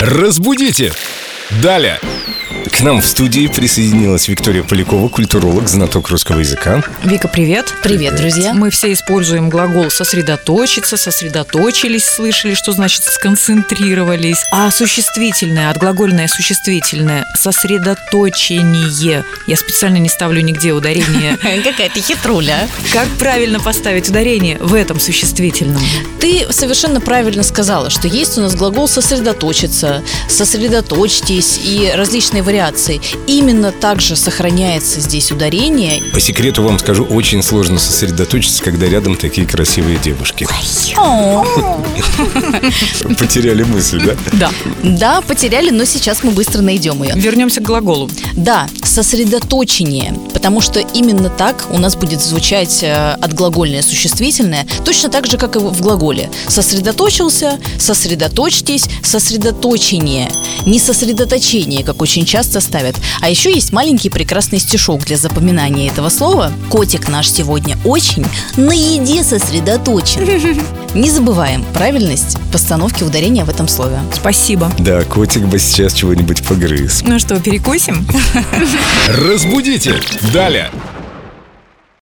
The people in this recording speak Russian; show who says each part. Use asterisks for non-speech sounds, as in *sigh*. Speaker 1: Разбудите! Далее! К нам в студии присоединилась Виктория Полякова, культуролог, знаток русского языка.
Speaker 2: Вика, привет.
Speaker 3: Привет, друзья.
Speaker 2: Мы все используем глагол «сосредоточиться», «сосредоточились», слышали, что значит «сконцентрировались». А существительное, от глагольное существительное «сосредоточение». Я специально не ставлю нигде
Speaker 3: *laughs*
Speaker 2: ударение.
Speaker 3: Какая ты хитруля.
Speaker 2: Как правильно поставить ударение в этом существительном?
Speaker 3: Ты совершенно правильно сказала, что есть у нас глагол «сосредоточиться», «сосредоточьтесь» и различные вариации. Именно также сохраняется здесь ударение.
Speaker 1: По секрету вам скажу, очень сложно сосредоточиться, когда рядом такие красивые девушки. Потеряли мысль, да?
Speaker 2: Да.
Speaker 3: Да, потеряли, но сейчас мы быстро найдем ее.
Speaker 2: Вернемся к глаголу.
Speaker 3: Да, сосредоточение, потому что именно так у нас будет звучать э, от глагольное существительное, точно так же, как и в глаголе. Сосредоточился, сосредоточьтесь, сосредоточение. Не сосредоточение, как очень часто ставят. А еще есть маленький прекрасный стишок для запоминания этого слова. Котик наш сегодня очень на еде сосредоточен. Не забываем правильность постановки ударения в этом слове.
Speaker 2: Спасибо.
Speaker 1: Да, котик бы сейчас чего-нибудь погрыз.
Speaker 2: Ну что, перекусим?
Speaker 1: Разбудите! Далее!